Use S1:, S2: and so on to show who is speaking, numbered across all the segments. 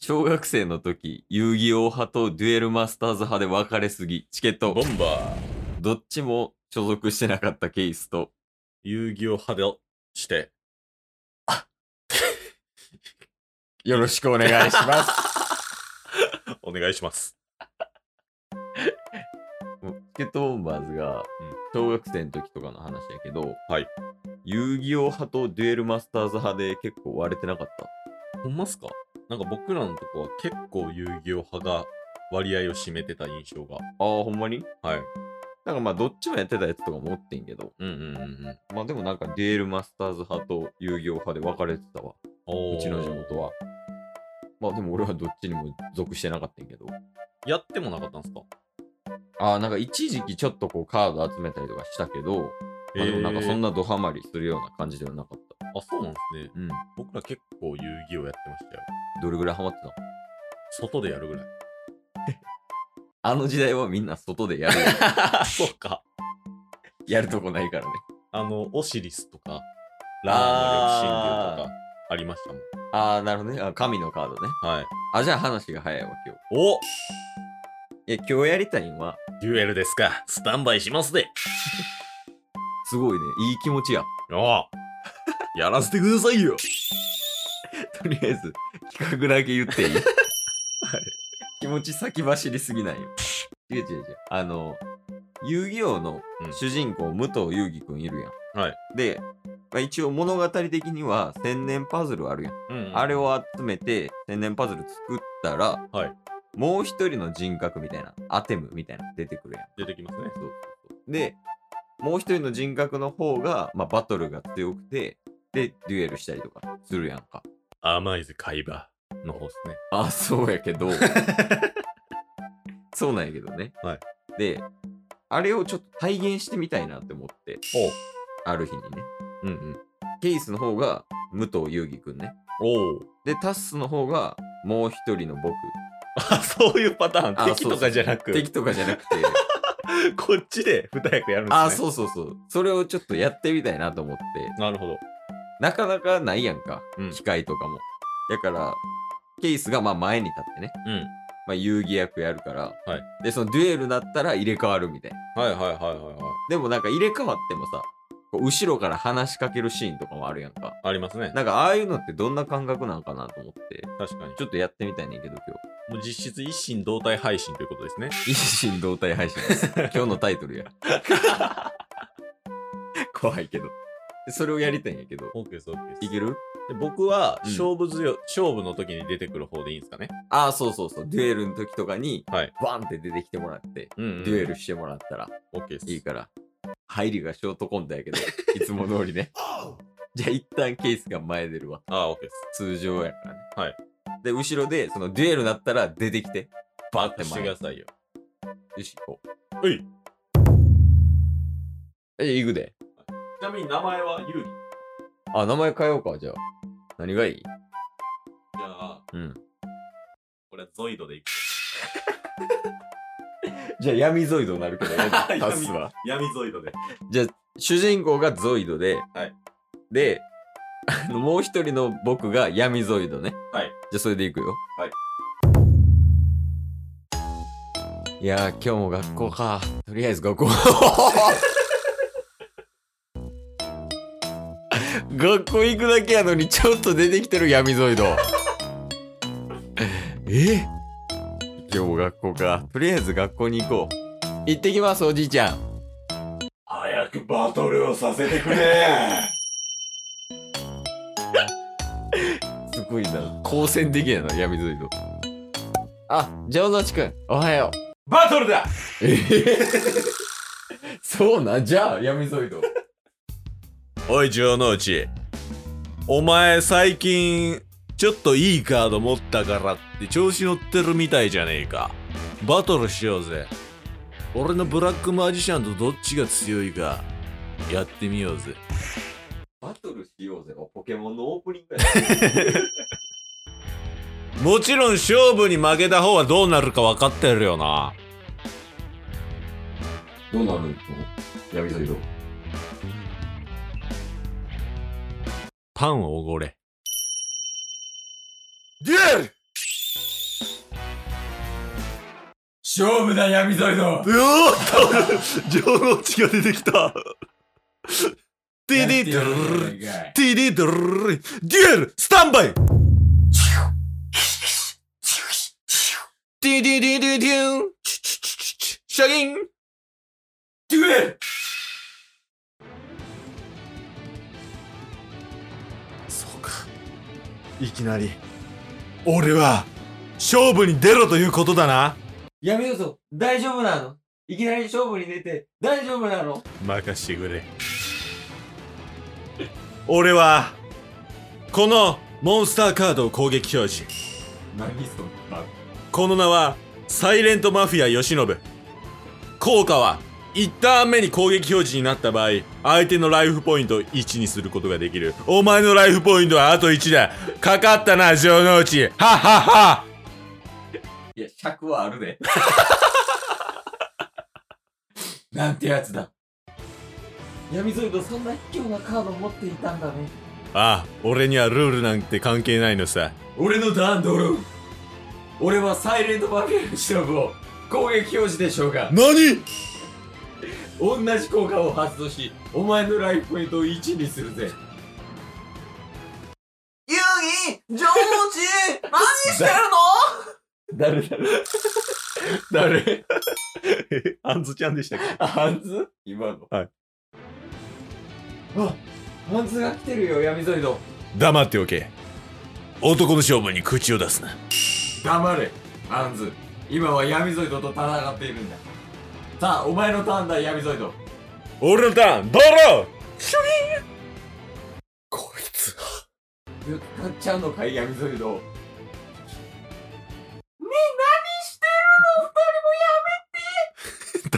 S1: 小学生の時、遊戯王派とデュエルマスターズ派で分かれすぎ、チケット
S2: ボ、ンバー。
S1: どっちも所属してなかったケースと、
S2: 遊戯王派でして。
S1: よろしくお願いします。
S2: お願いします。
S1: もうチケットボンバーズが
S2: うん、
S1: 小学生の時とかの話やけど、
S2: はい
S1: 遊戯王派とデュエルマスターズ派で結構割れてなかった。
S2: ほんますかなんか僕らのとこは結構遊戯王派が割合を占めてた印象が。
S1: ああ、ほんまに
S2: はい。
S1: なんかまあ、どっちもやってたやつとかもおってんけど、
S2: うんうんうんうん。
S1: まあでもなんかデュエルマスターズ派と遊戯王派で分かれてたわ。
S2: お
S1: う
S2: ー
S1: ちの地元は。まあでも俺はどっちにも属してなかったんやけど。
S2: やってもなかったんですか
S1: ああ、なんか一時期ちょっとこうカード集めたりとかしたけど、まあでもなんかそん
S2: な。
S1: なドハマりするような感じではなかった。
S2: あ、そうなんですね。
S1: うん。
S2: 僕ら結構遊戯王やってましたよ。
S1: どれぐらいハマってたの
S2: 外でや るぐらい。
S1: あの時代はみんな外でやるよ。
S2: そうか。
S1: やるとこないからね。
S2: あの、オシリスとか、ラー
S1: あー
S2: ンの両親流とかありましたもん。
S1: ああ、なるほどね。あ神のカードね。
S2: はい。
S1: あ、じゃあ話が早いわ、今日。
S2: お
S1: いや、今日やりたいのは、
S2: デュエルですか。スタンバイしますで。
S1: すごいね。いい気持ちや。
S2: ああ。やらせてくださいよ。
S1: とりあえず、企画だけ言ってい い気持ち先走りすぎないよ。違う違う違う。あの、遊戯王の
S2: うん
S1: 主人公、武藤遊戯くんいるやん。
S2: はい。
S1: で、まあ、一応物語的には千年パズルあるやん。
S2: うん
S1: あれ。を集めて千年パズル作ったら、
S2: はい
S1: もう一人の人格みたいな、アテムみたいなの出てくるやん。
S2: 出てきますね。
S1: そうそうそうで、もう一人の人格の方が、まあ、バトルが強くて、で、デュエルしたりとかするやんか。
S2: 甘いぜ、海馬の方ですね。
S1: あ、そうやけ ど。そうなんやけどね。
S2: はい
S1: で、あれをちょっと体現してみたいなって思って、ある日にね。
S2: おうん
S1: ケイスの方が武藤遊戯くんね。
S2: うん。おう。
S1: で、タッスの方がもう一人の僕。
S2: あ、そういうパターン。
S1: あ
S2: 敵とかじゃなく、
S1: 敵とかじゃな くて。
S2: こっちで二役やるんですね。
S1: あ、そうそうそう。それをちょっとやってみたいなと思って、
S2: う。なるほど。
S1: なかなかないやんか。
S2: うん
S1: 機会とかも。だから、ケイスがまあ前に立ってね。
S2: うん。
S1: まあ遊戯役やるから。
S2: はい
S1: で、そのデュエルだったら入れ替わるみたいな。
S2: はいはいはいはいは
S1: でもなんか入れ替わってもさ、こう後ろから話しかけるシーンとかもあるやんか。
S2: い。ありますね。
S1: なんかああいうのってどんな感覚なんかなと思って、
S2: 確かに。
S1: ちょっとやってみたいねんけど今
S2: もう実質一心同体配信ということですね。
S1: 日。一心同体配信です。 今日のタイトルや。 怖いけど。でそれをやりたいんやけど。
S2: OK です、OK です。
S1: いける
S2: で僕は
S1: うん
S2: 勝負強、勝負の時に出てくる方でいいんですかね。
S1: ああ、そうそうそう。デュエルの時とかに、
S2: はい
S1: バンって出てきてもらって、
S2: うん、
S1: デュエル。してもらったら
S2: OK です。
S1: いいから。入りがショートコントやけど、いつも通り ね。じゃあ一旦ケースが前出るわ。
S2: ああ、OK です。
S1: 通常やからね。
S2: はい。
S1: で、後ろで、そのデュエルなったら出てきて。バッて
S2: 出して
S1: 前。
S2: く
S1: よ
S2: ださいよ。
S1: し、行こ
S2: うい。ち
S1: う。え、行くで。
S2: なみに名前はユーリ。
S1: あ、名前変えようか、じゃあ。何がいい
S2: じゃあ、
S1: うん。
S2: これはゾイドでいく。
S1: じゃあ、闇ゾイドになるけど ね、タスは。
S2: 闇ゾイドで。
S1: じゃあ、主人公がゾイドで、
S2: はい
S1: で、あのもう一人の僕が闇ゾイドね。
S2: はい。
S1: じゃあ、それで行くよ。
S2: はい。
S1: いやー、今日も学校か。とりあえず学校。学校行くだけやのに、ちょっと出てきてる闇ゾイド。え今日も学校か。とりあえず学校に行こう。行ってきます、おじいちゃん。
S2: 早くバトルをさせて くれ
S1: すごいな。好戦的やな、闇ゾイド。あ、城之内くん、おはよう。
S2: バトルだ
S1: えそうなんじゃあ、闇ゾイド。
S2: おい、城之内。お前、最近、ちょっといいカード持ったからって調子乗ってるみたいじゃねえか。バトルしようぜ。俺のブラックマジシャンとどっちが強いか、やってみようぜ。
S1: バトルしようぜ、ポケモンのオープニング
S2: もちろん勝負に負けた方はどうなるか分かってるよな。
S1: どうなるの闇ゾイド。
S2: パンをおごれ。
S1: デュエル勝負だ、闇沿いの
S2: うおーっと城之内が出てきた TD ドゥルルル TD ドゥルルルルデュエルスタンバイ TDDDDDN シャギン
S1: デュエル
S2: そうかいきなり俺は勝負に出ろということだな
S1: 闇沿い大丈夫なのいきなり勝負に出て、大丈夫なの
S2: 任してくれ俺はこのモンスターカードを攻撃表示
S1: 何そんな。
S2: この名はサイレントマフィア慶喜効果は1ターン目に攻撃表示になった場合相手のライフポイントを1にすることができるお前のライフポイントはあと1だかかったな城之内はっはっはい
S1: や、尺はあるで。 なんてやつだ。闇沿いとそんな卑怯なカードを持っていたんだね。
S2: ああ俺にはルールなんて関係ないのさ
S1: 俺のターンドロー。俺はサイレントマフィアの忍ぶを攻撃表示でしょうか
S2: 何
S1: 同じ効果を発動し、お前のライフポイントを1にするぜ。
S3: ユーギー、ジョージ、何してるの
S1: 誰だ
S2: 誰あんずちゃんでしたっけ
S1: ハンズ今の。
S2: はい。
S1: あ、ハンズが来てるよ、闇沿いの。
S2: 黙っておけ男の勝負に口を出すな
S1: 黙れアンズ今は闇ゾイドと戦っているんださあお前のターンだ闇ゾイド
S2: 俺のターンドローこいつ
S1: 使っちゃうのかい闇ゾイド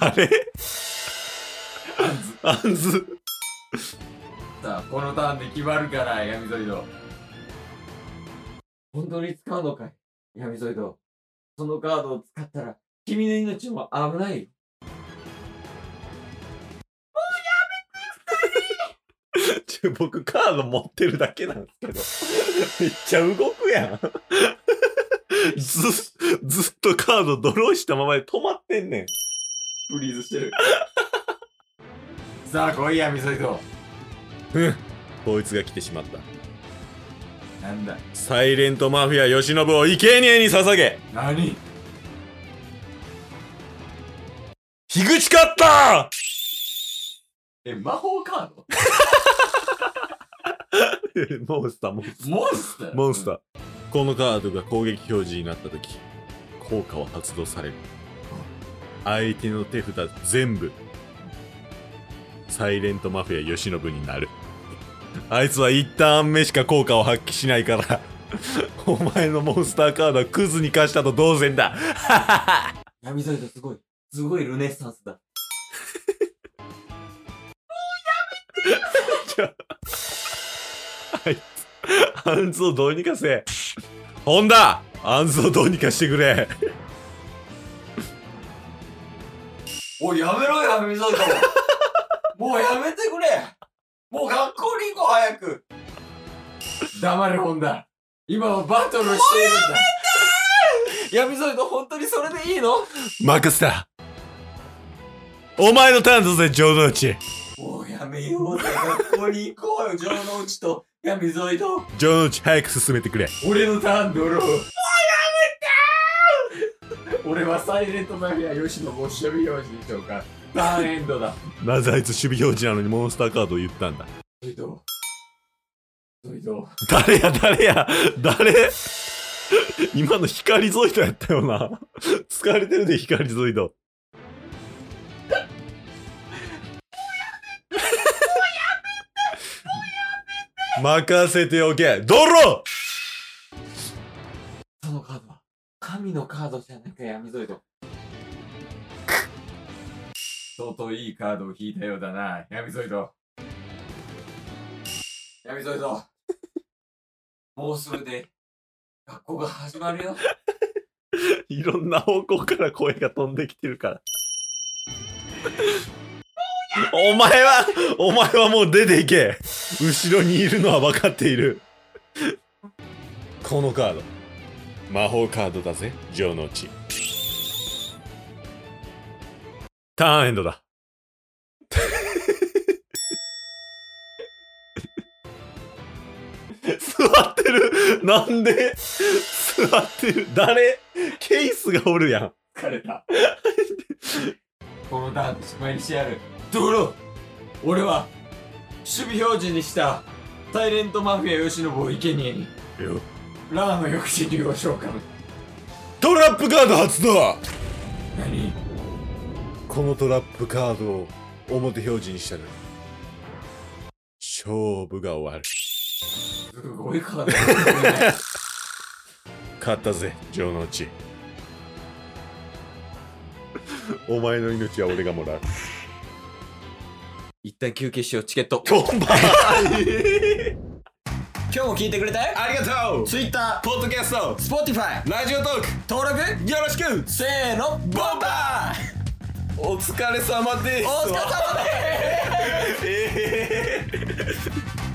S2: 誰 あんず
S1: さあこのターンで決まるから闇ゾイド本当に使うのかい闇ゾイドそのカードを使ったら君の命も危ないよ
S2: ちょ僕カード持ってるだけなんですけどめっちゃ動くやんずずっとカードドローしたままで止まってんねん
S1: フリーズして るさあ来い闇ゾイド
S2: こいつが来てしまった
S1: なんだ
S2: サイレントマフィア慶喜を生贄に捧げ
S1: 何
S2: 樋口勝った
S1: え魔法カード
S2: モンスターモンス
S1: モンスター
S2: モンスターこのカードが攻撃表示になった時効果は発動される相手の手札全部サイレントマフィア慶喜になるあいつは1ターン目しか効果を発揮しないから お前のモンスターカードはクズに貸したと同然だ
S1: 闇サイドすごい。すごいルネッサンスだ。
S2: アンズをどうにかせ本田アンズをどうにかしてくれ
S1: おい、やめろよ、闇サイド もうやめてくれもう学校に行こう、早く黙れ、ホンダ。今はバトルをしているんだ。闇サイド、本当にそれでいいの
S2: 任せたお前のターンだぜ城之内
S1: もうやめようぜ、学校に行こうよ、城之内と闇サイド。
S2: 城之内早く進めてくれ
S1: 俺のターンドロー。もうやめて俺はサイレントマフィア、吉野ご守備用事でしょうか。ターンエンドだ。
S2: なぜあいつ守備表示なのにモンスターカードを言ったんだ
S1: それと、それと、
S2: 誰や誰や誰今の光ゾイドやったよな疲れてるで光ゾイド任せておけドロー
S1: そのカードは、神のカードじゃなく闇添いと。相当いいカードを引いたようだな、闇添いと。闇添いと。もうすぐで、学校が始まるよ。
S2: いろんな方向から声が飛んできてるから。お前は、お前はもう出ていけ。後ろにいるのは分かっている。このカード。魔法カードだぜ、城之内。ターンエンドだ。 座ってるなんで座ってる誰ケースがおるやん。
S1: 疲れた。このダートしまいにしてやる。ところ、俺は、守備表示にした、サイレントマフィア吉信を生贄に、
S2: よ
S1: ラーの抑止流を召喚。
S2: トラップカード発動
S1: 何
S2: このトラップカードを表表示にしたら勝負が終わる。
S1: すごいカードだね。
S2: 勝ったぜ、城之 内。お前の命は俺がもらう。
S1: 一旦休憩しよう、チケット。
S2: こんばんは
S1: 今日も聞いてくれてあ
S2: ありがとう
S1: Twitter、
S2: ポッドキャスト
S1: Spotify、
S2: ラジオトーク
S1: 登録、
S2: よろしく
S1: せーの、ボンバー
S2: お疲れ様です
S1: お疲れ様です
S2: えー